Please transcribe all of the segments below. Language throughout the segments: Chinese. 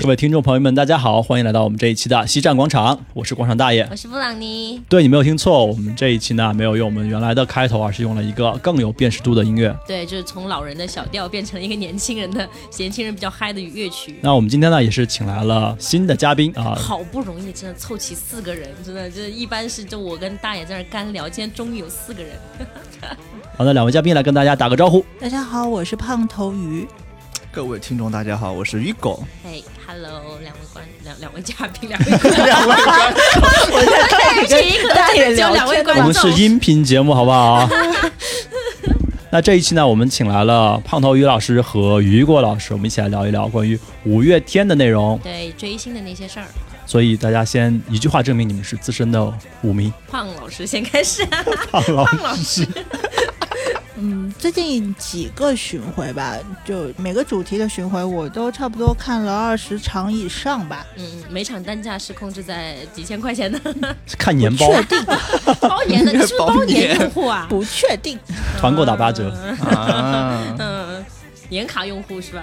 各位听众朋友们，大家好，欢迎来到我们这一期的西站广场，我是广场大爷我。是布朗尼。对你没有听错，我们这一期呢没有用我们原来的开头，而是用了一个更有辨识度的音乐。对，就是从老人的小调变成了一个年轻人的年轻人比较嗨的乐曲。那我们今天呢也是请来了新的嘉宾啊，好不容易真的凑齐四个人，真的就是一般是就我跟大爷在那儿干聊，今天终于有四个人。好，那两位嘉宾来跟大家打个招 呼。大家好，我是胖头鱼。各位听众，大家好，我是鱼狗。哎，Hello，两位观两两位嘉宾， 两位观众，我在对不起，可能这里只有两位观我众。们是音频节目，好不好？那这一期呢，我们请来了啊胖头鱼老师和雨果老师，我们一起来聊一聊关于五月天的内容。对追星的那些事儿，所以大家先一句话证明你们是资深的舞迷。胖老师先开 始、啊。胖老胖老师，嗯，最近几个巡回吧，就每个主题的巡回，我都差不多看了二十场以上吧。嗯，每场单价是控制在几千块钱的，看年包，确定 包年的，你是不是包年用户 啊？不确定？团购打八折。啊，嗯，年卡用户是吧？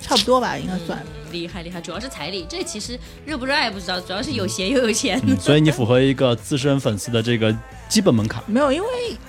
差不多吧，应该算。嗯厉害厉害，主要是彩礼，这其实热不热爱不知道，主要是有闲又有钱。嗯， 所以你符合一个资深粉丝的这个基本门槛。没有，因为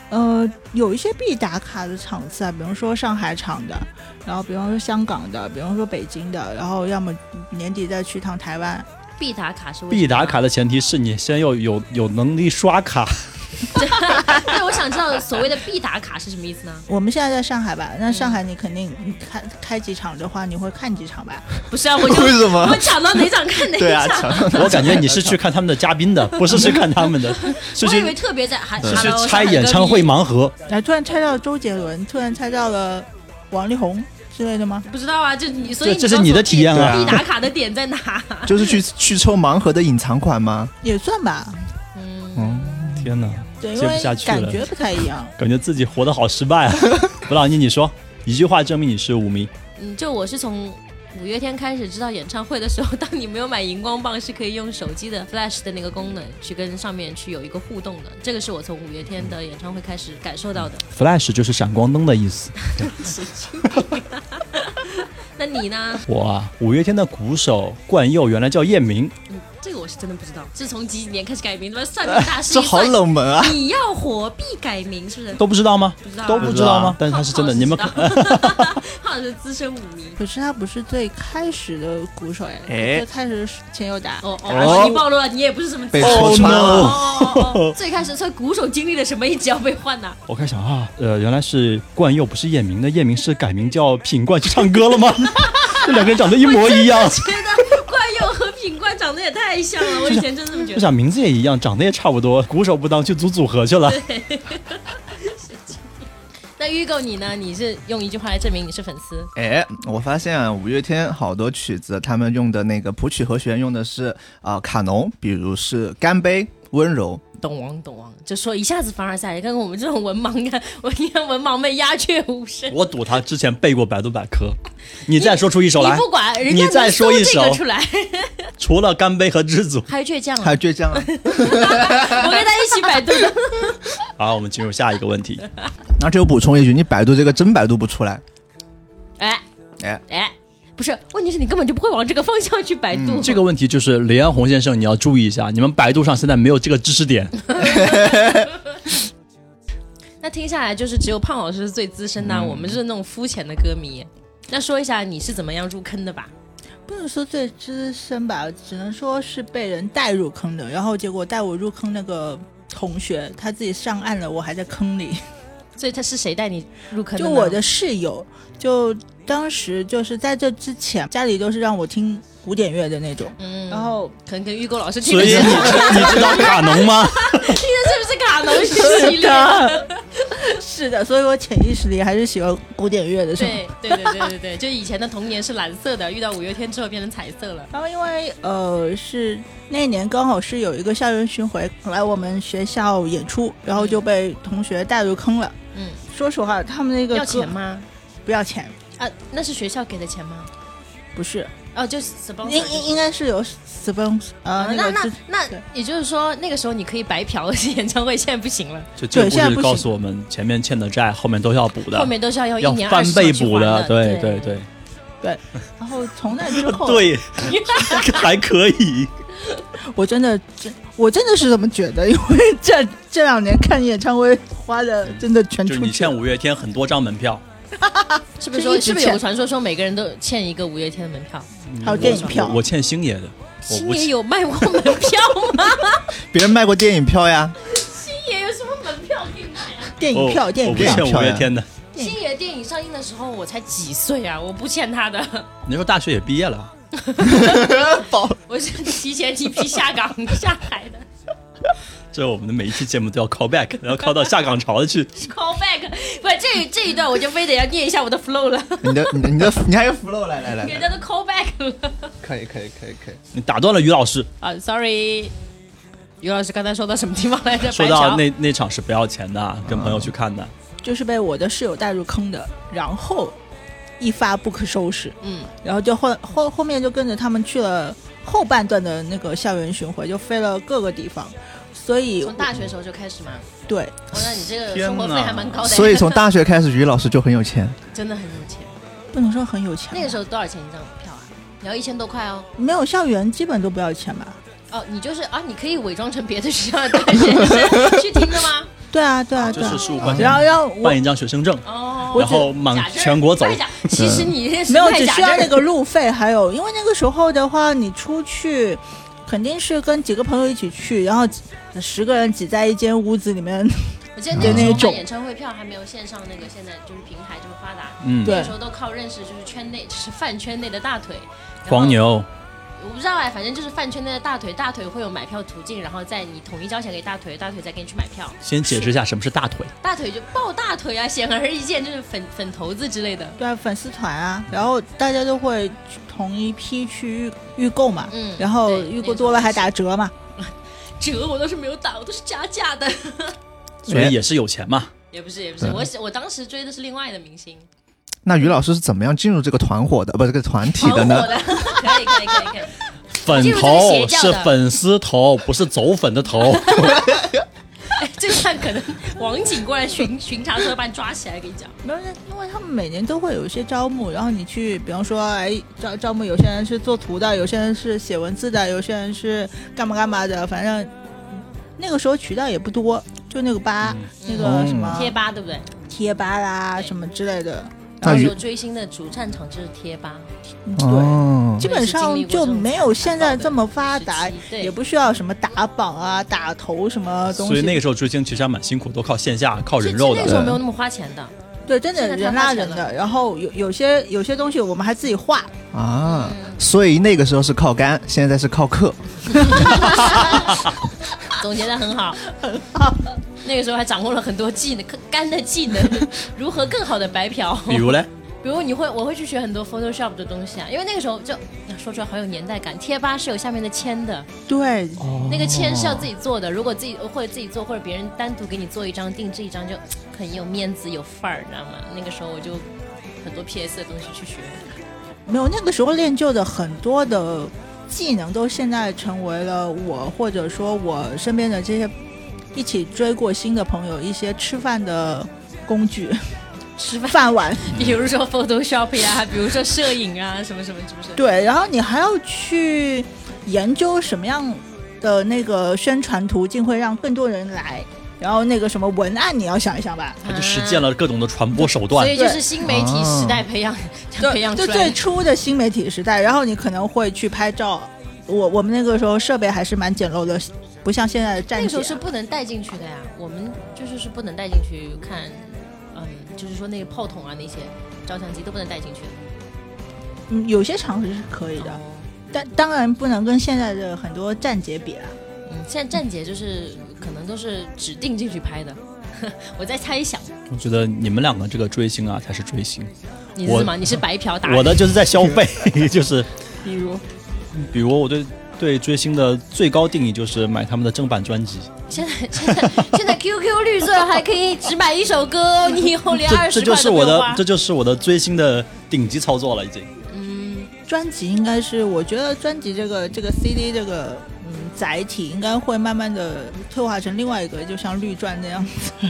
呃，有一些必打卡的场次啊，比如说上海场的，然后比方说香港的，比方说北京的，然后要么年底再去趟台湾。 必打卡是为什么必打卡，的前提是你先要有有能力刷卡， 对，我想知道所谓的必打卡是什么意 思呢？我们现在在上海吧，那上海你肯定你看开几场的话，你会看几场吧？不是啊，我就 为什我么？抢到哪场看哪 对啊，场。抢 我感觉你是去看他们的嘉宾的，不是去看他 们的，是我以去为特别在还是去拆演唱会？盲盒。哎，突然猜到周杰伦，突然猜到了王力宏之类的吗？不知道啊，就你所以这这是你的体验啊必打卡的点在哪？就是去去抽盲盒的隐藏款吗？也算吧，嗯，嗯，天哪，对，因接不为下去感了觉不太一样。感觉自己活得好失 败啊！布朗尼，你说一句话证明你是舞迷，嗯，就我是从。五月天开始知道演唱会的时候，当 你没有买荧光棒，是可以用手机的 Flash 的那个功能去跟上面去有一个互动的。这个是我从五月天的演唱会开始感受到的。 Flash 就是闪光灯的意思。那你呢？我啊，五月天的鼓手冠佑原来叫叶明，嗯， 这个我是真的不知道，是从几几年开始改名？怎么算命大 师？这好冷门啊！ 你要火必改名，是不是？都不知道吗？不知道啊都不知道吗？但是他是真的，你们胖 胖是资深舞迷。可是他不是最开始的鼓手哎，哎最开始是陈友达。哦哦哦，你暴露了，你也不是什么资被深。Oh 戳穿了。哦哦哦！最开始算鼓手经历了什么，一直要被换呢？我开始想啊，呃，原来是冠佑，不是叶明的，叶明是改名叫品冠去唱歌了 吗？这两个人长得一模一样，觉得冠佑和品冠长得也太像了，我以前真这么觉我得。想名字也一样，长得也差不多，鼓手不当去组组合去了。 那预购你呢？你是用一句话来证明你是粉丝？哎，我发现啊，五月天好多曲子，他们用的那个谱曲和弦用的是啊、卡农，比如是《干杯》《温柔》。懂王懂王，就说一下子凡尔赛，跟我们这种文盲的，我你看文盲们鸦雀无 声。 我赌他之前背过百度百科。你再说出一首你来，不管，人你家再能说搜一这个首出来，除了《干杯》和《知足还有倔强 还啊！有倔强啊！ 我跟他一起百度的。》。好，我们进入下一个问题。而且我补充一句，你百度这个真百度不出来。哎哎， 哎，不是，问题是你根本就不会往这个方向去百 度。这个问题就是雷安红先生，你要注意一下，你们百度上现在没有这个知识点。那听下来就是只有胖老师是最资深的，啊我们是那种肤浅的歌迷。那说一下你是怎么样入坑的吧？不能说最资深吧，只能说是被人带入坑的。然后结果带我入坑那个同学，他自己上岸了，我还在 坑里。所以他是谁带你入坑的？就我的，室友，就当时就是在这之前，家里都是让我听古典乐的那种。嗯，然后可能跟预购老师听所的以是你听知你知道卡农 吗？的是不是卡农系列？ 是的，所以我潜意识里还是喜欢古典乐的。是吗对对对对对对，就以前的童年是蓝色的，遇到五月天之后变成彩色了。然后因为呃是那年刚好是有一个校园巡回来我们学校演出，然后就被同学带入坑了。嗯，说实话，他们那个要钱歌吗？不要钱，啊，那是学校给的钱吗？不是，哦，就是 sponsor 应应应该是有 sponsor 啊那呃那个那资那对，也就是说，那个时候你可以白嫖演唱会，现在不行了，就这个对现在故事不告行诉我们，前面欠的债，后面都要补的后，面都是要要要一年翻倍20补去还的。对对对。然后从那之 后，对， 还可以。我真的真我真的是这么觉得，因为这这两年看演唱会花的真的全 就是出去了。你欠五月天很多张门票，是不是就一说直是不是有个欠传说说每个人都欠一个五月天的门票？还有电影票我我欠星爷的，我星我爷欠有卖过门票吗？别人卖过电影 票呀，星爷有什么门票可以卖啊？电影票，电影我不票欠电影票五呀月天的。星爷电影上映的时候我才几岁啊，我不欠他的，你说大学也毕业了，我是提前一批下岗 下海的。这我们的每一期节目都要 call back，然后 call 到下岗潮去。 call back，不，这这一段我就非得要念一下我的 flow 了，你的你的你的你还有 flow 来来来人来，家都 call back 了。可以可以可以可以，哦你打断了于老师，啊、s o r r y 于老师刚才说到什么地方来着？说白到嫖那那场是不要钱的，跟朋友去看的，啊就是被我的室友带入坑的，然后一发不可收拾。嗯，然后就后后后面就跟着他们去了后半段的那个校园巡回，就飞了各个地方。所以从大学时候就开始嘛。对，哦，那你这个天生活费哪还蛮高的，所以从大学开始，于老师就很有钱。 真的很有钱。不能说很有钱吧，那个时候多少钱一张票啊？你要一千多块哦。没有校园基本都不要钱吧？哦，你就是啊，你可以伪装成别的学校的大学 生去听的吗？对啊，对啊，就对是啊。十五块然钱后让我办一张学生证，哦，然后满假证全国走太假其实你认识嗯没有太只假需要证那个路费，还有因为那个时候的话，你出去肯定是跟几个朋友一起去，然后几十个人挤在一间屋子里面，我记得那个嗯那时候种买演唱会票还没有线上那个，现在就是平台这么发达，嗯，对那时候都靠认识，就是圈内，就是饭圈内的大腿。然后黄，牛，我不知道哎，反正就是饭圈内的大腿，大腿会有买票途径，然后再你统一交钱给大腿，大腿再给你去买票。先解释一下什么是大腿，大腿就抱大腿啊，显而易见就是粉粉头子之类的。对啊，粉丝团啊，然后大家都会去同一批去预预购嘛，嗯然后对预购多了还打折嘛，折我倒是没有打，我都是加价的。 所以也是有钱嘛。也不是也不是，嗯对我喜我当时追的是另外的明星，那于老师是怎么样进入这个团伙的，不，这个团体团的伙呢？的， 可以可以可以可以。粉进入这个邪头教是的粉丝头，不是走粉的 头。哎， 这段可能网警过来巡巡查车把你抓起来，跟你讲。没有，因为他们每年都会有一些哎招募，然后你去，比方说，哎，招招募有些人是做图的，有些人是写文字的，有些人是干嘛干嘛的，反正嗯那个时候渠道也不多，就那个吧，那个什啊么贴吧对不对？贴吧啦对什么之类的，那那时于候追星的主战场就是贴吧，嗯对。哦，基本上就没有现在这么发达，时期对也不需要什么打榜啊、打头什么东西。所以那个时候追星其实还蛮辛苦，都靠线下靠是哦人肉那个时的。候没有那么花钱的，对，真现在的太人花拉钱人了的。然后有有些有些东西我们还自己画，啊，所以那个时候是靠干，现在是靠克。总结的 很好，那个时候还掌握了很多技能，干的技能，如何更好的白嫖。比如嘞， 比如你会，我会去学很多 Photoshop 的东西啊，因为那个时候就说出来好有年代感。贴吧是有下面的签的，对，那个签是要自己做的，如果自己或者自己做，或者别人单独给你做一张定制一张，就很有面子有范儿，你知道吗？那个时候我就很多 PS 的东西去学。 没有那个时候练就的很多的技能，都现在成为了我或者说我身边的这些一起追过星的朋友一些吃饭的工具、 吃饭，饭碗。比如说 Photoshop 呀、比如说摄影啊，什么什么，是不是？对，然后你还要去研究什么样的那个宣传途径会让更多人来，然后那个什么文案你要想一想吧。他就实践了各种的传播手啊嗯所段以。就是新媒体时代培养、 培养出就来最的。初的新媒体时代，然后你可能会去拍照。我我们那个时候设备还是蛮简陋的，不像现在的那站个姐啊时候是不能带进去的呀，我们就是是不能带进去看，嗯，就是说那个炮筒啊那些照相机都不能带进去的。嗯，有些场合是可以的，哦但当然不能跟现在的很多站姐比了。啊嗯，现在站姐就是可能都是指定进去拍的， 我在猜想，我觉得你们两个这个追星啊才是追星，你是什么？你是白嫖达人？我的就是在消费， 就是比如比如我对对追星的最高定义就是买他们的正版专辑，现在现在现在 QQ 绿色还可以只买一首歌哦，你以后连这二这十就块是都没我有的花这。就是我的追星的顶级操作了，已经。嗯，专辑应该是，我觉得专辑这个这个 CD 这个嗯载体应该会慢慢的退化成另外一个，就像绿钻那样。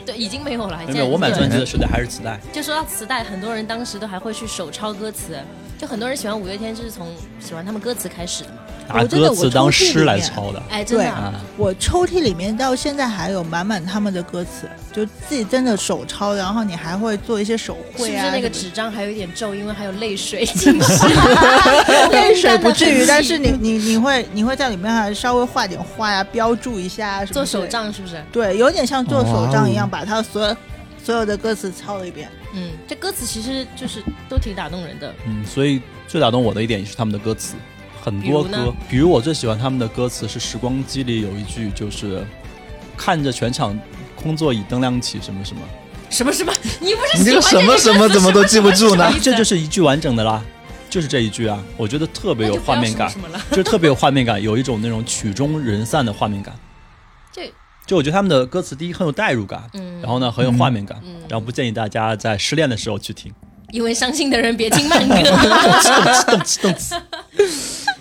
对，已经没有了。没现在有，我买对专辑的时代还是磁带。就说到磁带，很多人当时都还会去手抄歌词，就很多人喜欢五月天，就是从喜欢他们歌词开始的嘛。拿我真的歌词我当抽屉里诗来面抄的哎，真的啊、啊。我抽屉里面到现在还有满满他们的歌词，就自己真的手抄，然后你还会做一些手是不绘是啊。那个什纸张还有一点皱，因为还有泪 水浸湿？么的泪水不 至干于，得很细但是你你你会你会在里面还稍微画点画呀、标注一下啊什么做之手类的，账是不是？对，有点像做手哇哦账一样，把他所有所有的歌词抄了一遍。嗯，这歌词其实就是都挺打动人的。嗯，所以最打动我的一点也是他们的歌词，很多比如歌呢，比如我最喜欢他们的歌词是《时光机》里有一句就是“看着全场空座椅灯亮起”什么什么，什么什么？你不是你这个喜什欢么什么怎么都记不住呢什么？意思啊这就是一句完整的啦，就是这一句啊，我觉得特别有那就不画要面什么感什，么了？ 就特别有画面感，有一种那种曲终人散的画面感。这就我觉得他们的歌词第一很有代入感，嗯，然后呢很有画面感，嗯然后不建议大家在失恋的时候去听。因为伤心的人别听慢歌。 嗯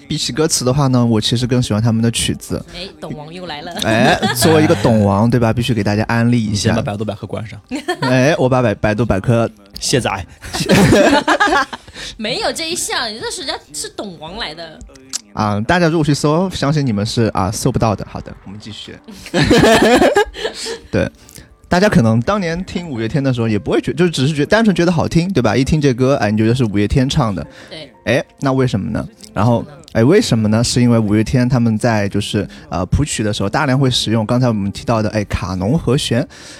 比起歌词的话呢，我其实更喜欢他们的曲子。哎，懂王又来了。哎，作为一个懂王，对吧？必须给大家安利一你先把下。百度百科关嗯上， 哎，我把百百度百科卸载。没有这一项，你这是人家是懂王来的。啊、大家如果去搜，相信你们是啊、搜不到的。好的，我们继续。对，大家可能当年听五月天的时候，也不会觉，就只是觉单纯觉得好听，对吧？一听这歌，哎，你觉得是五月天唱的，对，哎，那为什么呢？然后，哎，为什么呢？是因为五月天他们在就是呃谱曲的时候，大量会使用刚才我们提到的哎卡农和弦，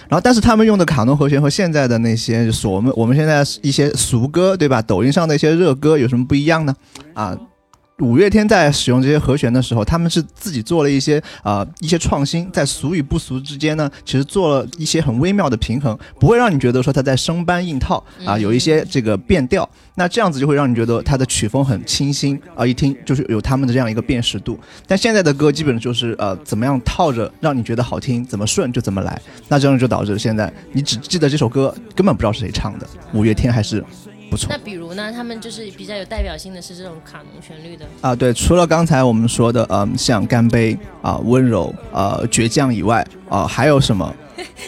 然后但是他们用的卡农和弦和现在的那些所我们我们现在一些俗歌对吧，抖音上的一些热歌有什么不一样呢？啊？五月天在使用这些和弦的时候，他们是自己做了一些呃一些创新，在俗与不俗之间呢，其实做了一些很微妙的平衡，不会让你觉得说他在生搬硬套啊，有一些这个变调，那这样子就会让你觉得它的曲风很清新啊，一听就是有他们的这样一个辨识度。但现在的歌基本就是呃，怎么样套着让你觉得好听，怎么顺就怎么来，那这样就导致现在你只记得这首歌，根本不知道是谁唱的，五月天还是不错那比如呢，他们就是比较有代表性的是这种卡农旋律的。啊。对，除了刚才我们说的嗯、像干杯啊、温柔啊、倔强以外啊、还有什么？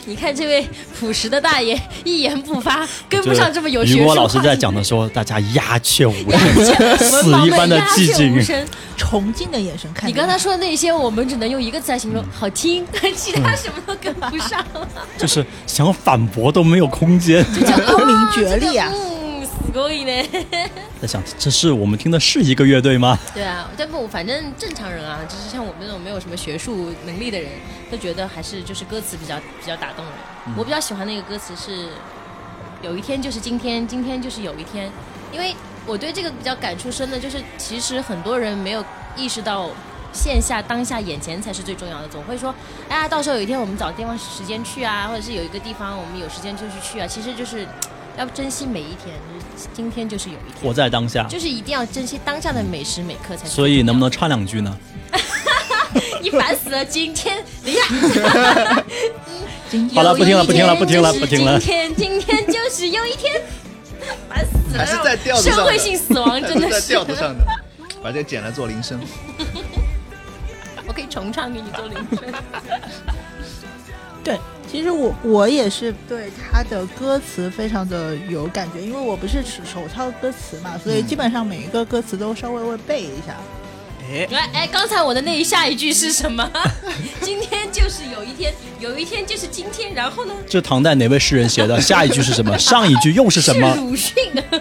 你看这位朴实的大爷一言不发，跟不上这么有学雨术果话题。老师在讲的时候，大家鸦雀无声， 我死们一般的寂鸦雀无静。声。崇敬的眼神看你刚才说的那些，我们只能用一个词来形容，好听， 其嗯他什么都跟不上。 就是想反驳都没有空间。叫空明觉厉啊！嗯，すごいね。在想，这是我们听的是一个乐队吗？对啊，但不，反正正常人啊，就是像我们这种没有什么学术能力的人，都觉得还是就是歌词比较比较打动人。我比较喜欢那个歌词是“有一天就是今天，今天就是有一天”，因为我对这个比较感触深的，就是其实很多人没有意识到。线下当下眼前才是最重要的，总会说，哎呀，到时候有一天我们找地方时间去啊，或者是有一个地方我们有时间就去去啊，其实就是要珍惜每一天，就是今天就是有一天。活在当下。就是一定要珍惜当下的每时每刻才是。所以能不能唱两句呢？你烦死了？今天，等一下，好了不听了有一不听了不听了天不听了就是今天，今天就是有一天，烦死了！还是在调子上的社会性死亡真的 在是调，子上的，把这个剪来做铃声。我可以重唱给你做铃声。对，其实我我也是对他的歌词非常的有感觉，因为我不是手手抄歌词嘛，所嗯以基本上每一个歌词都稍微会背一下。哎，来，哎，刚才我的那一下一句是 什么？今天就是有一天，有一天就是今天，然后呢？这唐代哪位诗人写的？下一句是什么？上一句又是什是么？鲁迅，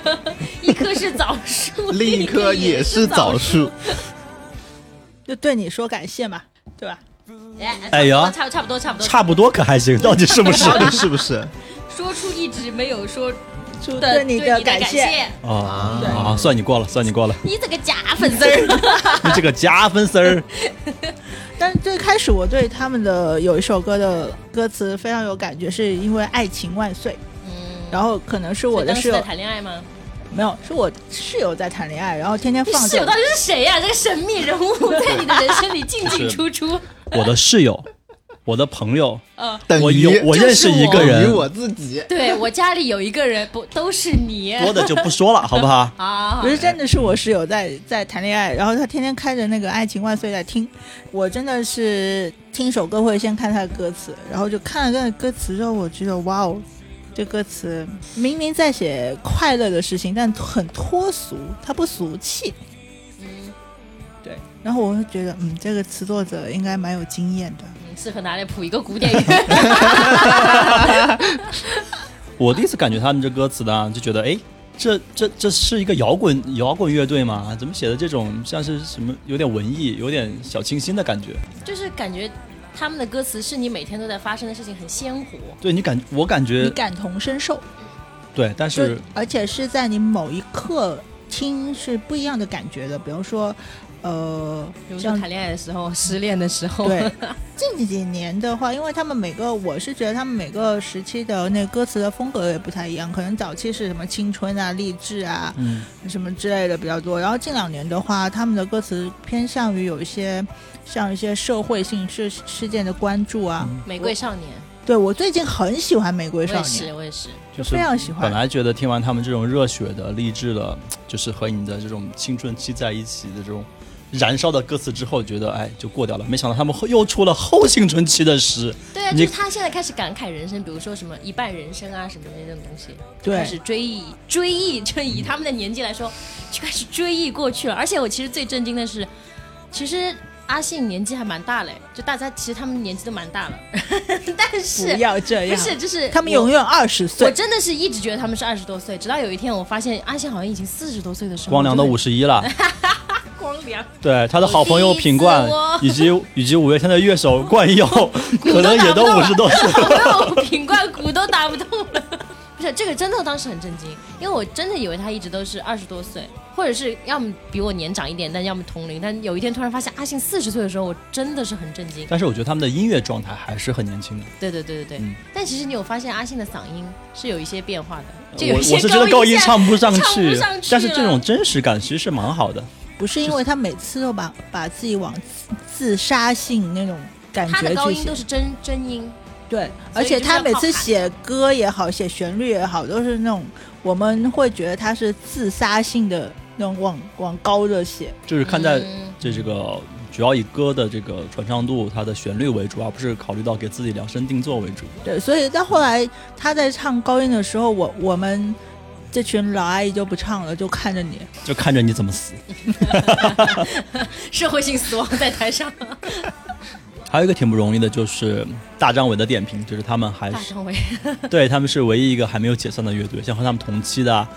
一棵是枣树，另一棵也是枣树。就对你说感谢嘛，对吧？哎，哎呀差不多差不多，差不多，差不多可还行，到底是不是到底是不是？说出一直没有说就的对你的感谢。谢。啊啊？算你过了，算你过了，你这个假粉丝儿，你这个加分丝儿。但最开始我对他们的有一首歌的歌词非常有感觉，是因为“爱情万岁”。然后可能是 我的嗯当室时在友，谈恋爱吗？没有，是我室友在谈恋爱，然后天天你放室这友个到。底是谁啊呀、这个神秘人物在你的人生里进进出 出。我的室友，我的朋友，嗯，等我于有我认识一个人等于，我自己。对我家里有一个人，不都是你多的就不说了，好不好？啊不？是真的是我室友在在谈恋爱，然后他天天开着那个《爱情万岁》在听，我真的是听一首歌会先看他的歌词，然后就看了那个歌词之后，我觉得哇哦，这歌词明明在写快乐的事情，但很脱俗，它不俗气。嗯，对，然后我会觉得，嗯，这个词作者应该蛮有经验的。嗯适合拿来谱一个古典 乐。我第一次感觉他们这歌词的啊，就觉得哎，这这这是一个摇滚摇滚乐队吗？怎么写的这种像是什么有点文艺、有点小清新的感觉？就是感觉他们的歌词是你每天都在发生的事情，很鲜活。对你感我感你觉感同身受，对，但嗯就是而且是在你某一刻听是不一样的感觉的。比如说，呃比，如说像谈恋爱的时候、失恋的时候， 对近几年的话，因为他们每个，我是觉得他们每个时期的那歌词的风格也不太一样，可能早期是什么青春啊、励志啊嗯，什么之类的比较多，然后近两年的话，他们的歌词偏向于有一些像一些社会性事事件的关注啊。嗯玫瑰少年，对我最近很喜欢《玫瑰我少也年是，》，我也是。就是非常喜欢本。来觉得听完他们这种热血的、励志的，就是和你的这种青春期在一起的这种燃烧的歌词之后，觉得哎就过掉了。没想到他们后又出了后青春期的诗，对啊，就你是他现在开始感慨人生，比如说什么一半人生啊什么的那种东西，对开始追忆追忆，就以他们的年纪来说，就开始追忆过去了。而且我其实最震惊的是，其实阿信年纪还蛮大嘞，就大家其实他们年纪都蛮大了， 但是不要这不样，是就是他们有。永远二十我岁。真的是一直觉得他们是二十多岁，直到有一天我发现阿信好像已经四十多岁的时候，光良都五十，十一 了，光良对他的好朋友品冠 我以及以及五月天的乐手冠佑，可能也都打不动五了十多岁。好朋友品冠鼓都打不动了。不是这个真的，当时很震惊，因为我真的以为他一直都是二十多岁，或者是要么比我年长一点，但要么同龄。但有一天突然发现阿信四十岁的时候，我真的是很震惊。 但是我觉得他们的音乐状态还是很年轻的。对对对对对。嗯但其实你有发现阿信的嗓音是有一些变化的，就呃我有一些我是觉得高音唱不上去，唱不上去但是这了种真实感其实是蛮好的。不是因为他每次都把把自己往自自杀性那种感他的觉高去音写都，是真真音，对，所以而且就是他要每靠次喊写歌也好，写旋律也好，都是那种我们会觉得他是自杀性的那种往往高的写。就是看在嗯这这个主要以歌的这个传唱度、它的旋律为主，而不是考虑到给自己量身定做为主。对，所以到后来他在唱高音的时候，我我们这群老阿姨就不唱了，就 看着你。就看着你怎么死。社会性死亡在台上。哎还有一个挺不容易的，就是大张伟的点评，就是他们还大是张伟， 对他们是唯一一个还没有解散的乐队，像和他们同期的啊，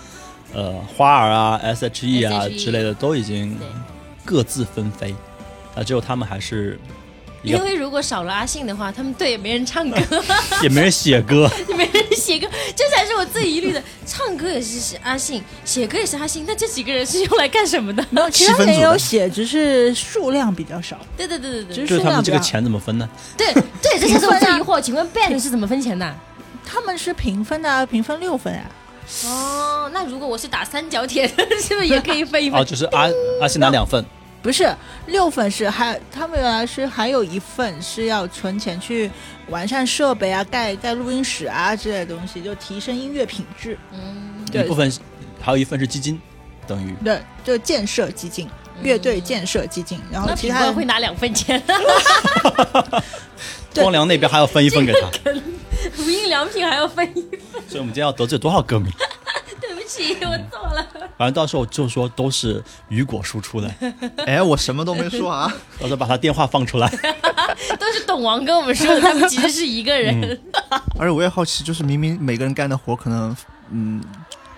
呃，花儿啊、S.H.E 啊 SHE 之类的都已经 E，对。各自纷飞，啊，只有他们还 是一因个为如果少了阿信的话，他们队也没人唱歌， 也没人写 歌。也没人写歌，这才是我最疑虑的。唱歌也是阿信，写歌也是阿信，那这几个人是用来干什么的？没有，其七他分人组也有的写，只是数量比较少。 对对对对只对就是他们量这个比较钱怎么分呢？ 对对，这才是我最疑惑。请问 band 是怎么分钱的？他们是平分的啊，平分六分啊。哦，那如果我是打三角铁的，是不是也可以分一哦，分？就是阿阿信拿两份，不是六份是还，他们原来是还有一份是要存钱去完善设备啊，盖盖录音室啊之类的东西，就提升音乐品质。嗯，一对部分是还有一份是基金，等于对，就建设基金，乐队建设基金，然后 那其品他冠人会拿两份 钱，对光良那边还要分一份给 他，无印良品还要分一。所以我们今天要得罪多少歌迷？ 对不起，我错了。反正到时候就说都是雨果输 出的，哎，我什么都没说 啊，到时候把他电话放出来。都是董王跟我们说的，他们其实是一个人。而且我也好奇，就是明明每个人干的活可能，嗯，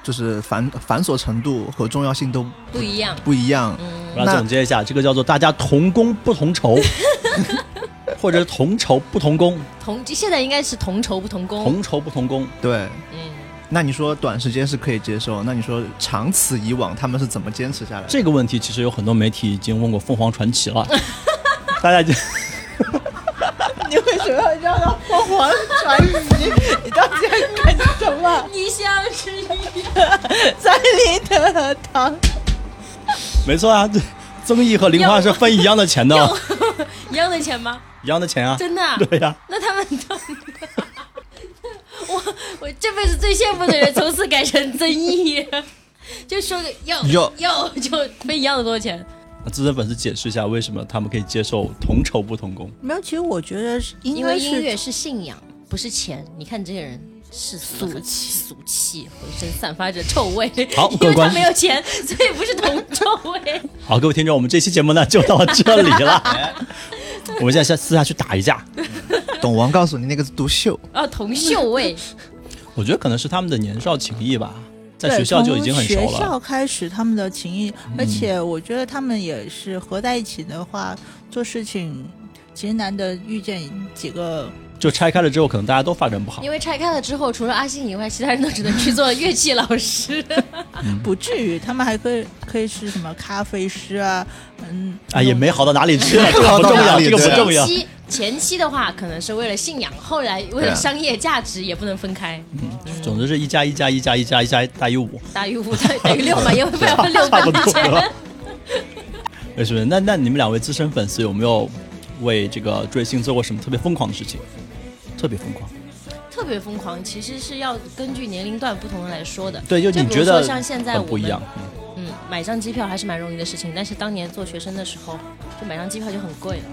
就是繁繁琐程度和重要性都 不一样。不一样。嗯我来总结一下，这个叫做大家同工不同酬， 或者是同酬不同工，同现在应该是同酬不同工。同酬不同工。对，嗯，那你说短时间是可以接受，那你说长此以往，他们是怎么坚持下来的？这个问题其实有很多媒体已经问过凤凰传奇 了，大家就 你为什么要让他凤凰传奇？你到底在干什 么？你想吃鱼，三里的糖，没错啊，这曾毅和林花是分一样的钱的，哦 一样的钱吗？一样的钱啊，真的、啊？对呀、那他们都， 我我这辈子最羡慕的人，从此改成曾毅， 就说个要哟要就分一样的多钱。资深粉丝解释一下为什么他们可以接受同酬不同工。没有，其实我觉得是应因该为音是乐是信仰，不是钱。你看你这个人，世俗俗的很气俗气，浑身散发着臭味。好 因各为位他观没有钱，所以不是铜臭 味。好，各位听众，我们这期节目呢就到这里了。我们现在先私下去打一架，懂王告诉你那个字读秀，哦啊，铜臭味，我觉得可能是他们的年少情谊吧，在对学校就已经很从熟学了。嗯校开始他们的情谊，而且我觉得他们也是合在一起的话，做事情其实难得遇见几个。就拆开了之后，可能大家都发展不好 因。为拆开了之后，除了阿信以外，其他人都只能去做乐器老师。嗯不至于，他们还可以可以是什么咖啡师啊，嗯啊，也没好到哪里去了，这个好不到重要，哪里这个不对重要前。期前期的话，可能是为了信仰，后来为对了啊商业价值也不能分开，总之是一加一加一加一加一加一大于五，大于五大 于等于六嘛，因为不然分六差半不多钱。了。那是不是？那那你们两位资深粉丝有没有为这个追星做过什么特别疯狂的事情？特别疯狂，特别疯狂，其实是要根据年龄段不同的来说的。对，就你比如觉得说像现在很我不一们样，嗯嗯，买张机票还是蛮容易的事情，但是当年做学生的时候，就买张机票就很贵了。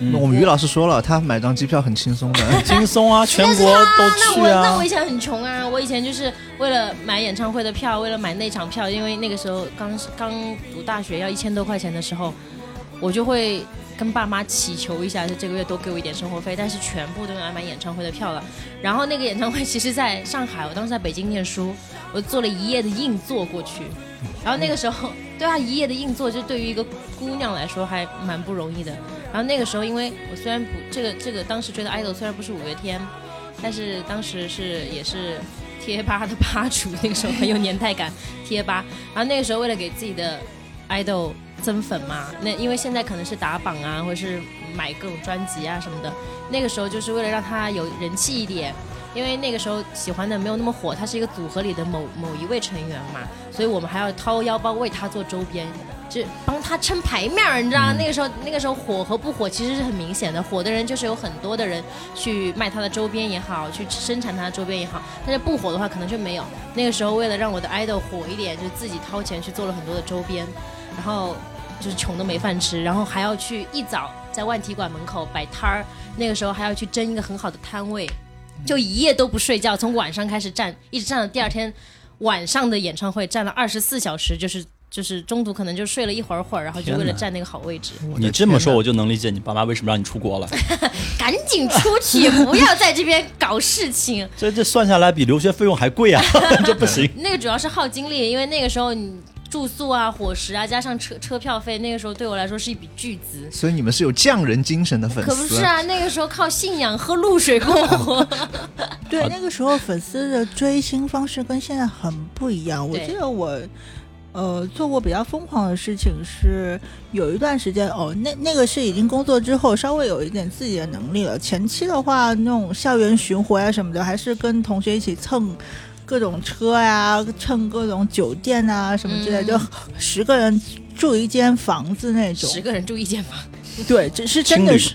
嗯，我们于老师说了，他买张机票很轻松的轻松啊，全国都那去我那啊我以。前很穷啊，我以前就是为了买演唱会的票，为了买那场票，因为那个时候刚刚读大学要一千多块钱的时候，我就会跟爸妈祈求一下，就这个月多给我一点生活费，但是全部都用来买演唱会的票了。然后那个演唱会其实在上海，我当时在北京念书，我做了一夜的硬座过去。然后那个时候，对啊，一夜的硬座，就对于一个姑娘来说还蛮不容易的。然后那个时候，因为我虽然不这个这个当时追的 idol 虽然不是五月天，但是当时是也是贴吧的吧主，那个时候很有年代感， 贴吧。然后那个时候为了给自己的 idol 增粉嘛，那因为现在可能是打榜啊，或者是买各种专辑啊什么的，那个时候就是为了让他有人气一点。因为那个时候喜欢的没有那么火，他是一个组合里的某某一位成员嘛，所以我们还要掏腰包为他做周边，就帮他撑牌面儿，你知道吗？那个时候那个时候火和不火其实是很明显的，火的人就是有很多的人去卖他的周边也好，去生产他的周边也好，但是不火的话可能就没有。那个时候为了让我的 idol 火一点，就自己掏钱去做了很多的周边，然后就是穷的没饭吃，然后还要去一早在万体馆门口摆摊儿，那个时候还要去争一个很好的摊位，就一夜都不睡觉，从晚上开始站，一直站到第二天晚上的演唱会，站了二十四小时，就是。就是中途可能就睡了一会儿会儿，然后就为了天哪占那个好位置，你这么说，我就能理解你爸妈为什么让你出国了。赶紧出去，不要在这边搞事情。这这算下来比留学费用还贵 啊，这不行。那个主要是耗精力，因为那个时候你住宿啊、伙食啊，加上车车票费，那个时候对我来说是一笔巨资。所以你们是有匠人精神的粉丝。可不是啊，那个时候靠信仰喝露水过活。 对好，那个时候粉丝的追星方式跟现在很不一样。我对记得我，呃，做过比较疯狂的事情是有一段时间哦，那那个是已经工作之后稍微有一点自己的能力了。前期的话，那种校园巡回啊什么的，还是跟同学一起蹭。各种车呀、蹭各种酒店啊，什么之类的，嗯就十个人住一间房子那种。十个人住一间房，对，这是真情的侣是，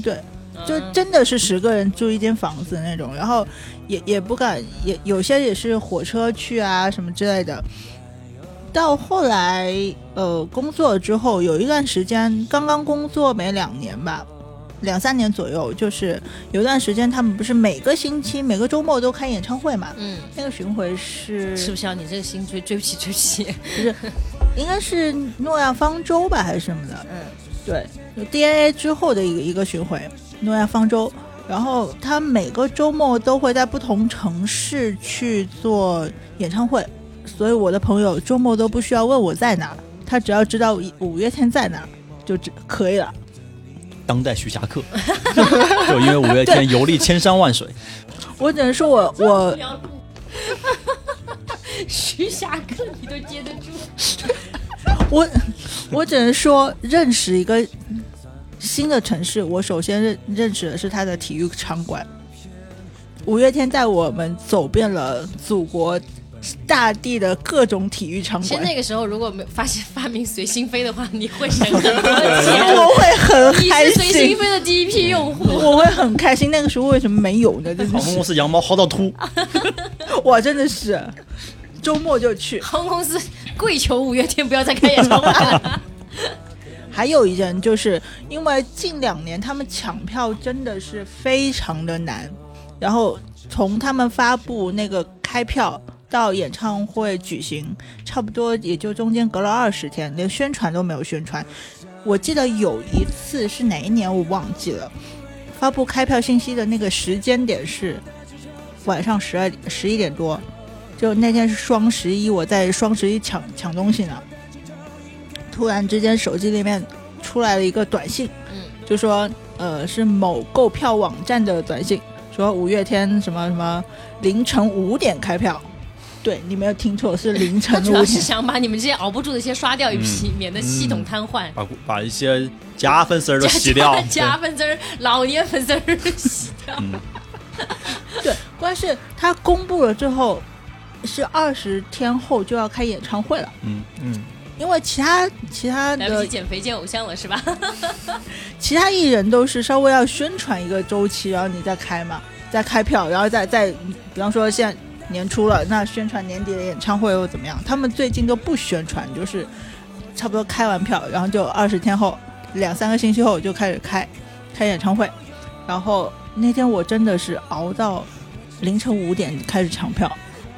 对，就嗯真的是十个人住一间房子那种，然后也也不敢，也有些也是火车去啊什么之类的。到后来，呃，工作之后有一段时间，刚刚工作没两年吧，两三年左右，就是有一段时间，他们不是每个星期、每个周末都开演唱会嘛？嗯，那个巡回是吃不消你这个心追追不起，追不起。 应该是诺亚方舟吧，还是什么的？嗯，对，有 DNA 之后的一个一个巡回，诺亚方舟。然后他每个周末都会在不同城市去做演唱会，所以我的朋友周末都不需要问我在哪儿，他只要知道五月天在哪儿就只可以了。当代徐霞客， 就因为五月天游历千山万 水，我只能说我我徐霞客你都接得住，我我只能说认识一个新的城市，我首先认认识的是它的体育场馆。五月天带我们走遍了祖国大地的各种体育场其实馆，那个时候如果没发现发明随心飞的话，你会省很多 钱。我会很你开是随心心，飞的第一批 用户。我会很开心。那个时候为什么没有呢？真航 的空是公，司羊毛薅到秃。我真的是周末就去。航空公司跪求五月天不要再开演唱会了。 还有一件，就是因为近两年他们抢票真的是非常的难，然后从他们发布那个开票到演唱会举行，差不多也就中间隔了二十天，连宣传都没有宣传。我记得有一次是哪一年我忘记了，发布开票信息的那个时间点是晚上十二十一点多，就那天是双十一，我在双十一抢抢东西呢，突然之间手机里面出来了一个短信，嗯，就说呃是某购票网站的短信，说五月天什么什么凌晨五点开票，对你没有听错，是凌他晨主五要是 点。想把你们这些熬不住的先刷掉一批，嗯免得系统瘫痪。把把一些 加分丝嗯儿都加洗掉加，加粉丝儿、老年粉丝儿洗对，掉 嗯，对，关键是他公布了之后，是二十天后就要开演唱会了，嗯，嗯，因为其他其他来不的及减肥见偶像了是吧？ 其他艺人都是稍微要宣传一个周期，然后你再开嘛，再开票，然后再再，比方说现在年初了，那宣传年底的演唱会又怎么样？他们最近都不宣传，就是差不多开完票，然后就二十天后、两三个星期后就开始开开演唱会，然后那天我真的是熬到凌晨五点开始抢票，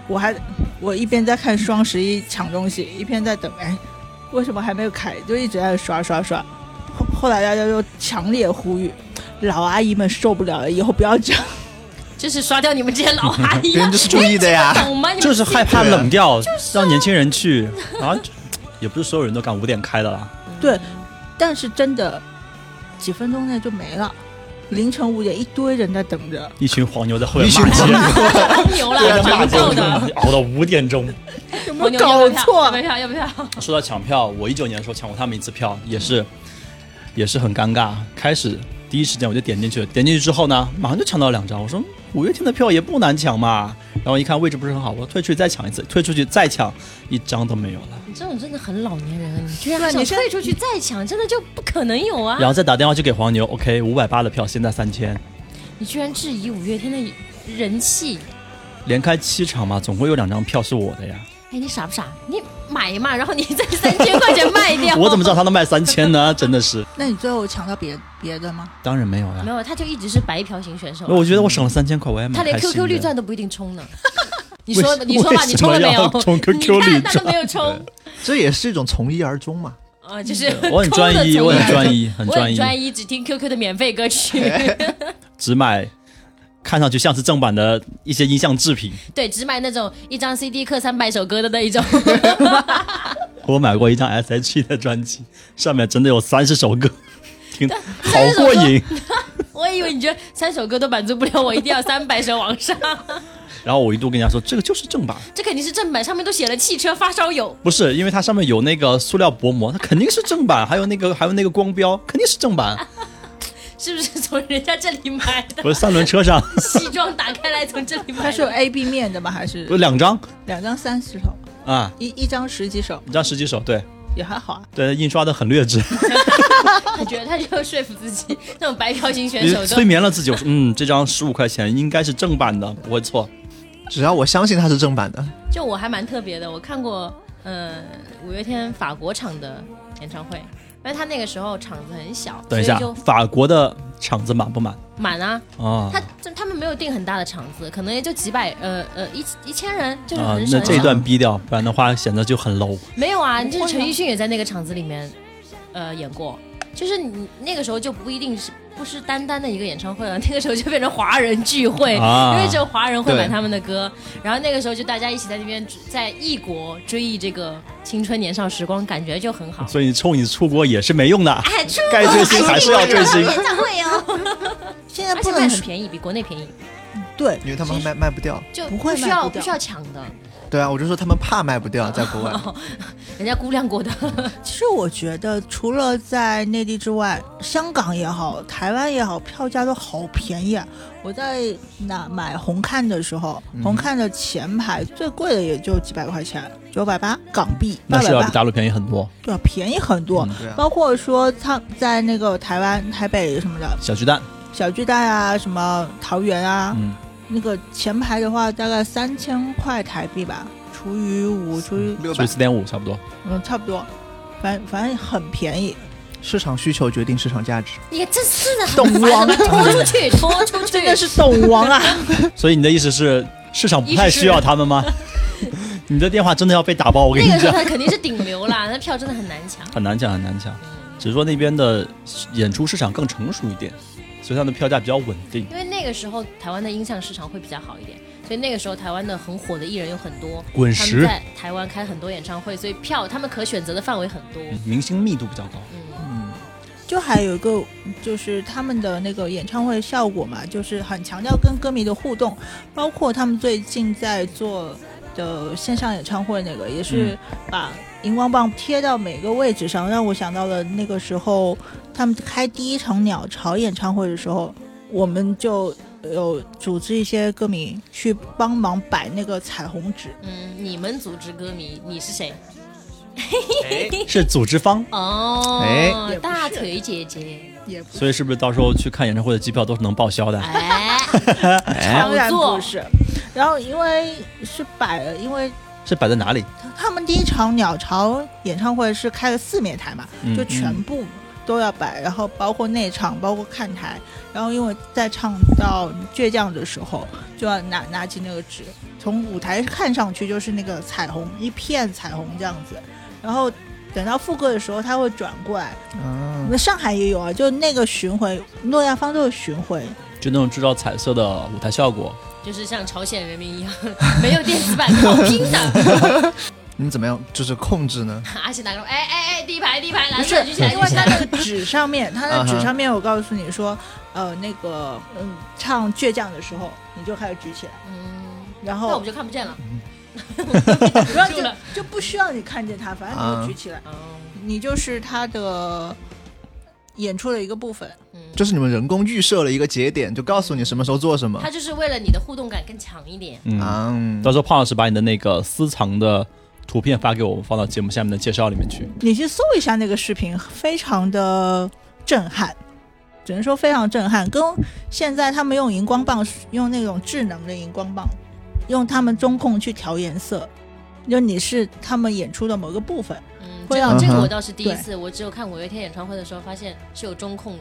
我还我一边在看双十一抢东西，一边在等，哎，为什么还没有开？就一直在刷刷刷。后后来大家就强烈呼吁，老阿姨们受不了了，以后不要这样。就是刷掉你们这些老阿姨别啊人就，是注意的 呀。懂吗？你们就是害怕对啊冷 掉，让年轻人 去啊，也不是所有人都敢五点开的啦，对， 但是真的几分钟内就没了，凌晨五点一堆人在等着。一群黄牛在后面一群骂街， 啊黄牛了，在蛮骂街啊够 的。，熬到五点钟。有没 黄有牛要搞不要票错？要不要？要不要？说到抢票，我一九年的时候抢过他们一次票，也是也是很尴尬。开始第一时间我就点进去了，点进去之后呢，马上就抢到两张。我说嗯五月天的票也不难抢嘛，然后一看位置不是很好，我退出去再抢一次，退出去再抢，一张都没有了。你 这种真的很老年人啊！你居然对还啊想你现在退出去再抢，真的就不可能有啊然！后再打电话去给黄牛，OK，五百八的票现在三千，你居然质疑五月天的人气，连开七场嘛，总会有两张票是我的呀。哎，你傻不傻？你买嘛，然后你再三千块钱卖掉。 我怎么知道他能卖三千呢？真的是，那你最后抢到别别的 吗？当然没有 没呀。有，他就一直是白嫖型选手啊。我觉得我省了三千块，我也蛮他连嗯开心 QQ 绿的钻都不一定充 呢。你为说什吧，你说吧，为你什充了么没有要？充 QQ 你绿看他都没有充，这也是一种从一而终嘛。啊，就是我很专一，充我了很从来专 一，哎很我专很一。专一，只听 QQ 的免费歌曲，只买看上去像是正版的一些音像制品。 对，只买那种一张 CD 刻三百首歌的那一种。 我买过一张 S.H.E 的专辑，上面真的有三十首歌， 听好30首过歌瘾。我以为你觉得三首歌都满足不了我，一定要三百首往上， 然后我一度跟人家说，这个就是正版，这肯定是正版，上面都写了汽车发烧友。不是因为它上面有那个塑料薄膜，它肯定是正版，还有那个还有那个光标，肯定是正版，是不是从人家这里买的？不是三轮车 上西装打开来从这里买它是有的， A、B 面的吗？还不是是两张两张三十首，啊。一一张十几首一张十几首，对也还好啊。对，印刷的很劣质，他觉得他就说服自己，那种白嫖型选你手都催眠了自己。我说，嗯，这张十五块钱应该是正版的，不会错。只要我相信它是正版的，就我还蛮特别的，我看过，呃，五月天法国场的演唱会，但他那个时候场子很小，等一下所以，就法国的场子满不满满啊。啊？他这他们没有定很大的场子，可能也就几百，呃呃一一千人，就是啊嗯很，少。那这一段逼掉，不然的话显得就很 low。没有啊，就是陈奕迅也在那个场子里面，呃，演过。就是你那个时候就不一定是不是单单的一个演唱会了，啊 那个时候就变成华人聚会，啊因为只有华人会对买他们的歌。然后那个时候就大家一起在那边追在异国追忆这个青春年少时光，感觉就很好。所以你冲你出国也是没用的，哎，出 该追星还是哎要追星。演唱会哦， 现在而不且卖能很便宜，比国内便宜，对，因为他们卖卖不掉。就不会需卖要不不掉需要抢的，对啊，我就说他们怕卖不掉，在国外。哦人家估量 过的。其实我觉得，除了在内地之外，香港也好，台湾也好，票价都好便宜啊！我在那买红看的时候，嗯红看的前排最贵的也就几百块钱，九百八港币，那八百是要比八，大陆便宜很多。对啊，便宜很多。嗯对啊，包括说他在那个台湾台北什么的小巨蛋，小巨蛋啊，什么桃园啊，嗯，那个前排的话大概三千块台币吧，除以五除以六所百以四点五差不多。嗯差不多，反反正很便宜。市场需求决定市场价值。你真是的，懂很烦 王的拖出去，拖出去，真的是懂王啊！所以你的意思是市场不太意思是需要他们 吗？你的电话真的要被打爆，我跟你那个时讲候，他肯定是顶流啦，那票真的很难抢。很难讲，很难讲。只是说那边的演出市场更成熟一点，所以它的票价比较稳定。因为那个时候台湾的音像市场会比较好一点，所以那个时候台湾的很火的艺人有很多，滚他们石，在台湾开很多演唱会，所以票他们可选择的范围很多。嗯明星密度比较 高。嗯，就还有一个就是他们的那个演唱会效果嘛，就是很强调跟歌迷的互动，包括他们最近在做的线上演唱会那个，也嗯是把荧光棒贴到每个位置上，让我想到了那个时候他们开第一场鸟巢演唱会的时候，我们就有组织一些歌迷去帮忙摆那个彩虹纸，嗯，你们组织歌迷，你是谁？是组织方，哦，哎也不是大腿姐姐，也不所以是不是到时候去看演唱会的机票都是能报销的？哎，当然炒不作是。然后因为是摆了，因为是摆在哪里？他们第一场鸟巢演唱会是开了四面台嘛，嗯就全部都要摆，然后包括内场，包括看台，然后因为在唱到倔强的时候，就要拿拿起那个纸，从舞台看上去就是那个彩虹，一片彩虹这样子，然后。等到副歌的时候，他会转过来。啊我，们上海也有啊，就那个巡回，诺亚方舟的巡回，就那种制造彩色的舞台效果。就是像朝鲜人民一样， 没有电子版，靠拼的。 你们怎么样就是控制呢？而且拿个，哎哎哎，第一排，第一排，不来，是，哎举起来，因为举起他来。那个纸上面，他那啊个哈纸上面，我告诉你说，呃，那个，嗯，唱倔强的时候，你就开始举起来，嗯，然那我后们就看不见了。不要住就了就不需要你看见他，反正你就举起来，哦，你就是他的演出的一个部分。嗯，就是你们人工预设了一个节点，就告诉你什么时候做什么他。就是为了你的互动感更强一点。嗯，啊，嗯到时候胖老师把你的那个私藏的图片发给我，放到节目下面的介绍里面去。你去搜一下那个视频，非常的震撼，只能说非常震撼，跟现在他们用荧光棒，用那种智能的荧光棒，用他们中控去调颜色，就你是他们演出的某个部分。嗯，会啊这让个这个我嗯哼倒是第一次，我只有看五月天演唱会的时候，发现是有中控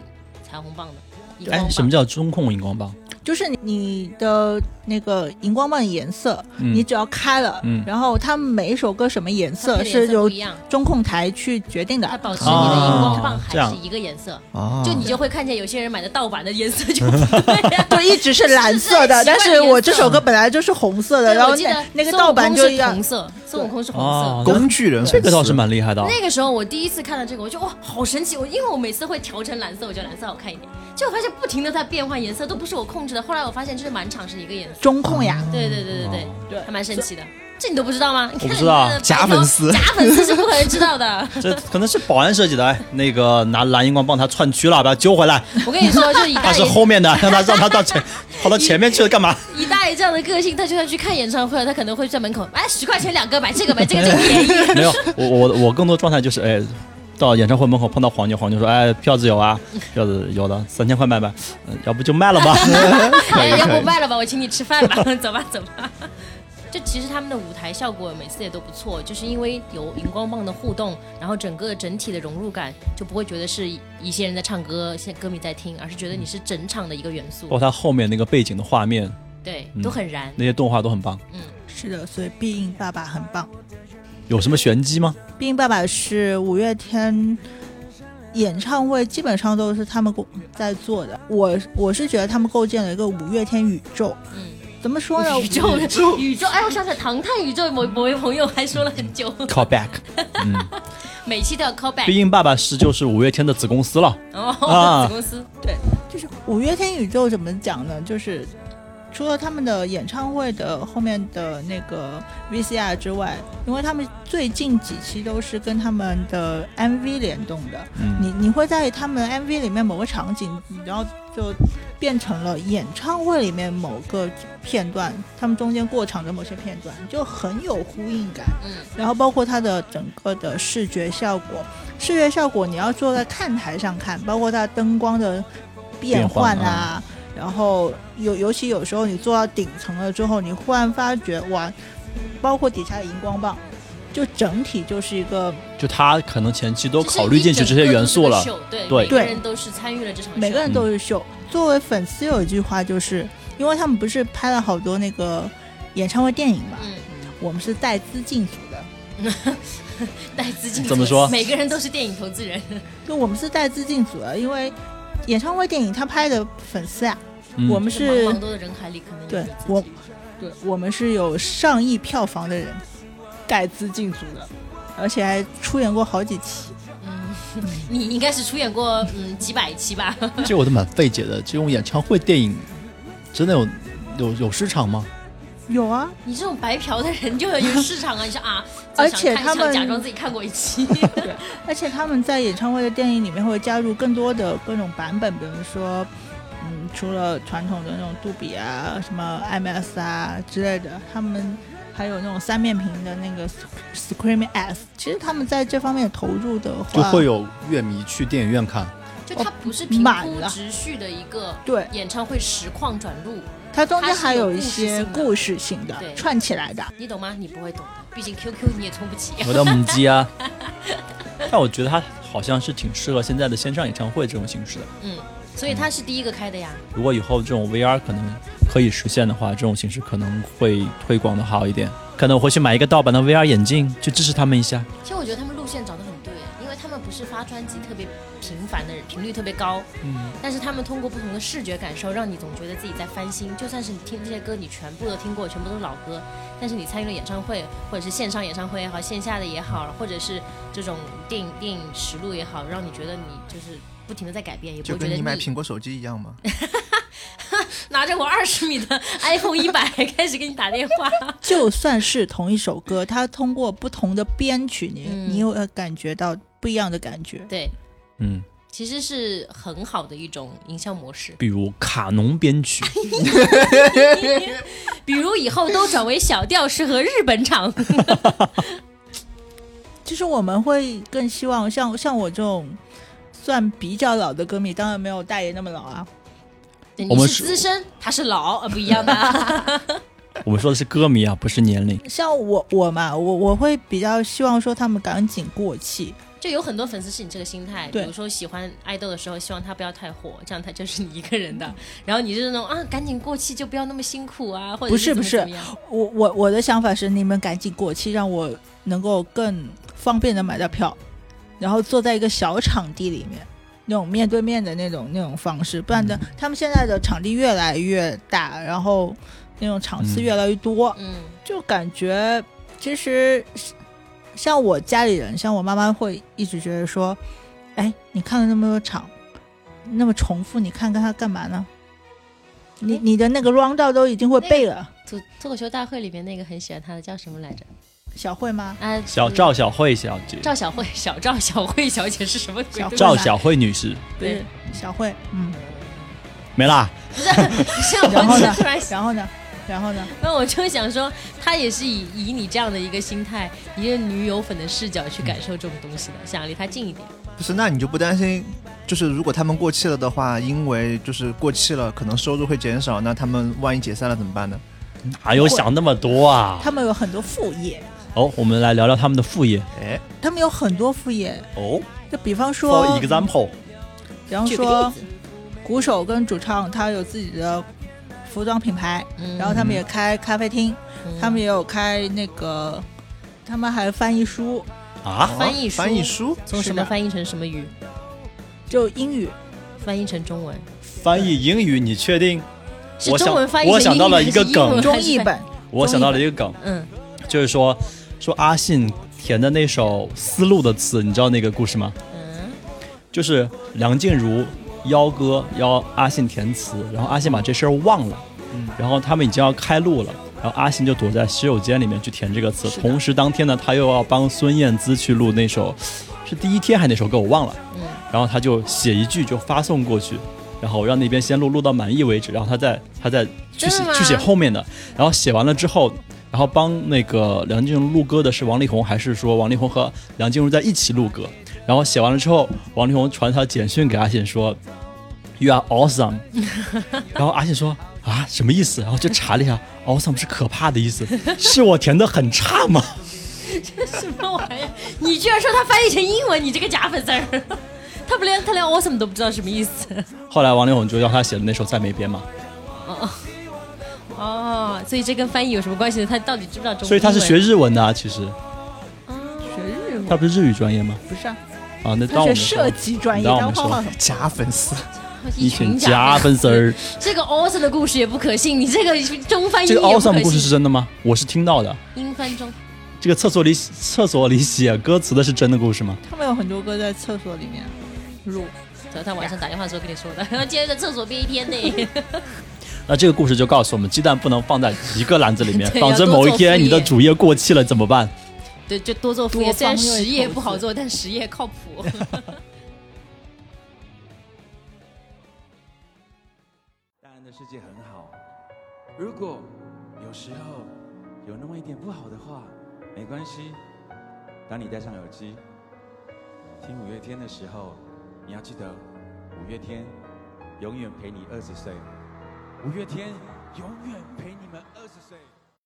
彩虹棒的。荧光哎，棒什么叫中控荧光棒？就是你的那个荧光棒的颜色，嗯你只要开了，嗯然后它每一首歌什么颜它色配的颜是色由不一样，中控台去决定它的。。保持你的荧光棒啊还这样哦是一个颜色，啊，就你就会看见有些人买的盗版的颜色就不 对啊对，一直是蓝色的，是是但是是我这首歌本来就是红色的，对然后我记得那那个孙悟盗版空就是要红色，孙悟空是红哦色。工具人粉丝，这个倒是蛮厉害的啊。那个时候我第一次看到这个，我就哇，好神奇！我因为我每次会调成蓝色，我觉得蓝色好看一点。结果发现不停的在变换颜色，都不是我控制的。后来我发现就是满场是一个颜色。中控呀，对对对对对，对还蛮神奇的。这你都不知道吗？你嗯看我不知道你的假粉丝 假粉丝是不可能知 道的。这可能是保安设计的。哎，那个拿蓝荧光棒他窜区了，把他揪回来。我跟你说，就以他大是爷后面的，让他让他到前跑到前面去了干嘛？以大爷这样的个性，他就算去看演唱会，他可能会在门口，哎，十块钱两个，买这个买这个，这个便 宜。没有，我我我更多状态就是哎。到演唱会门口碰到黄牛，黄牛说：“哎，票子有啊，票子有的，三千块卖卖，嗯要不就卖了 吧。哎，要可不以卖了吧，我请你吃饭吧， 走吧走吧。就其实他们的舞台效果每次也都不错，就是因为有荧光棒的互动，然后整个整体的融入感就不会觉得是一些人在唱歌，现歌迷在听，而是觉得你是整场的一个元”包素括，他后面那个背景的画面，对哦嗯，都很燃。那些动画都很棒。是的，所以必应爸爸很棒。有什么玄机吗？毕竟爸爸是五月天演唱会，基本上都是他们构在做的。我我是觉得他们构建了一个五月天宇宙。嗯怎么说 呢？宇宙宇宙宇宙，哎，我想起来，唐探宇宙某某位朋友还说了很久， call back，嗯，每期都要 call 毕 back，竟爸爸是就是五月天的子公司了，哦， 啊子公司，就是五月天宇宙怎么讲呢？就是除了他们的演唱会的后面的那个 VCR 之外，因为他们最近几期都是跟他们的 MV 联动的，嗯，你你会在他们 MV 里面某个场景，然后就变成了演唱会里面某个片段，他们中间过场的某些片段，就很有呼应感。嗯，然后包括它的整个的视觉效果，视觉效果你要坐在看台上看，包括它灯光的变变换换嗯啊，然后尤尤其有时候你坐到顶层了之后，你忽然发觉哇，包括底下的荧光棒，就整体就是一个就就他可能前期都考虑进去这些元素了就是一整个都是。个秀对，对每个人都是参与了这场秀，每个人都是秀。作为粉丝有一句话就是，因为他们不是拍了好多那个演唱会电影嘛，嗯，我们是带资进组的， 带资进怎么说每个人都是电影投资人，就我们是带资进组的，因为演唱会电影他拍的粉丝啊，嗯 我们这个是茫茫多的人海里，可能有对你自己我，对我们是有上亿票房的人带资进组的，而且还出演过好几期。嗯，你应该是出演过嗯几百期吧？ 这我都蛮费解的，这种演唱会电影真的有有有市场吗？有啊，你这种白嫖的人就有市场啊！你说啊，而且他们就想看一场假装自己看过一 期，而且他们在演唱会的电影里面会加入更多的各种版本，比如说，嗯，除了传统的那种杜比啊、什么 MS 啊之类的，他们还有那种三面屏的那个 Screaming S。其实他们在这方面投入的就话，会有乐迷去电影院看。就它不是平满铺了直叙的一个对演唱会实况转录，它中间它还是有有一些故事性故的事性的对串起来的。你懂吗？你不会懂的，毕竟 QQ 你也充不起。 我的母鸡啊！但我觉得它好像是挺适合现在的线上演唱会这种形式的。所以他是第一个开的呀。如果以后这种 VR 可能可以实现的话，这种形式可能会推广的好一点。可能我会去买一个盗版的 VR 眼镜，去支持他们一下。其实我觉得他们路线找得很对，因为他们不是发专辑特别频繁的人，频率特别高，嗯，但是他们通过不同的视觉感受，让你总觉得自己在翻新。就算是你听这些歌，你全部都听过，全部都是老歌，但是你参与了演唱会，或者是线上演唱会也好，线下的也好，或者是这种电影电影实录也好，让你觉得你就是不停的在改变，也不就会觉跟得你买腻。苹果手机一样嘛。 拿着我二十米的 iPhone 一百 开始给你打电话，就算是同一首歌，它通过不同的编曲，你、嗯你有呃感觉到不一样的感觉。对，嗯，其实是很好的一种营销模式。比如卡农编 曲，比如以后都转为小调，适合日本场。其实我们会更希望像像我这种算比较老的歌迷，当然没有大爷那么老啊。对我你们是是资深，他是老，呃，不一样的 啊。我们说的是歌迷啊，不是年龄。像我我嘛，我我会比较希望说他们赶紧过气。就有很多粉丝是你这个心态，比对如说喜欢爱豆的时候，希望他不要太火，这样他就是你一个人的。然后你就是那种啊，赶紧过气，就不要那么辛苦啊，或者不是怎么不是怎么样我我我的想法是，你们赶紧过气，让我能够更方便的买到票，然后坐在一个小场地里面，那种面对面的那种那种方式。不然的，他们现在的场地越来越大，然后那种场嗯次越来越多，嗯，就感觉其实像我家里人，像我妈妈会一直觉得说，哎，你看了那么多场，那么重复，你看看它干嘛呢？你哎你的那个 round 都已经会背了，脱脱口秀大会里面那个很喜欢他的叫什么来着？小慧吗？啊，小嗯赵小慧小姐，赵小慧，小赵小慧小姐是什么鬼东小西？赵小慧女士对，小慧，嗯，没啦。 像我然后呢就突然然后呢，然后呢， 那我就想说，他也是以以你这样的一个心态，一个女友粉的视角去感受这种东西的，想离他近一点。不是，那你就不担心？就是如果他们过气了的话，因为就是过气了，可能收入会减少，那他们万一解散了怎么办呢？哪有想那么多啊？他们有很多副业，哦，我们来聊聊他们的副业。哎，他们有很多副业，哦就比方说，for example，比方举个说例子，鼓手跟主唱他有自己的服装品牌，嗯然后他们也开咖啡厅，嗯他们也有开那个，他们还翻译书，啊，翻译书哦翻译书，从什是么的翻译成什么语，就英语。翻译成中文，翻译英语，你确定？是我想中文翻译我成想英到语了还一是个英梗文中还是译翻，本，我想到了一个梗，嗯，就是说说阿信填的那首《丝路的词》，你知道那个故事吗？嗯，就是梁静茹邀歌邀阿信填词，然后阿信把这事儿忘了，嗯然后他们已经要开录了。然后阿信就躲在洗手间里面去填这个词，是的同时当天呢，他又要帮孙燕姿去录那首，是第一天还是哪首歌我忘了，嗯然后他就写一句就发送过去，然后让那边先录录到满意为止，然后他再他再去写真的吗去写后面的，然后写完了之后，然后帮那个梁静茹录歌的是王力宏，还是说王力宏和梁静茹在一起录歌？然后写完了之后，王力宏传条简讯给阿信说，You are awesome，然后阿信说。啊， 哦什么意思？然后就查了一下，awesome 是可怕的意思，是我填的很差吗？这 什么玩意儿？你居然说它翻译成英文，你这个假粉丝儿！ 他不连他连 awesome 都不知道什么意思。 后来王力宏就让他写的那首《再没边》嘛，哦哦，所以这跟翻译有什么关系呢？他到底知不知道中 文？哦所以他是学日文的啊。其实学日文他不是日语专业吗？不是啊，啊，那他当我学们说设计专业，当我当们画说画什么？ 假粉丝，一群群假粉丝 儿。这个 awesome 的故事也不可信，你这个中翻译这也个不可信。 awesome 故事是真的吗？我是听到的。英翻中，这个厕所里厕所里写歌词的是真的故事吗？他们有很多歌在厕所里面录，昨天晚上打电话的时候跟你说的，然 后今天在厕所憋一天呢。，那这个故事就告诉我们，鸡蛋不能放在一个篮子里 面对否则要多某一做天副你的业主业过期了怎么办？ 对，就多 做副多业，虽然方位实业投不好资做，但实业靠谱。大人的世界很好。如果有时候有那么一点不好的话，没关系。当你戴上耳机听五月天的时候，你要记得，五月天永远陪你二十岁，五月天永远陪你们二十岁。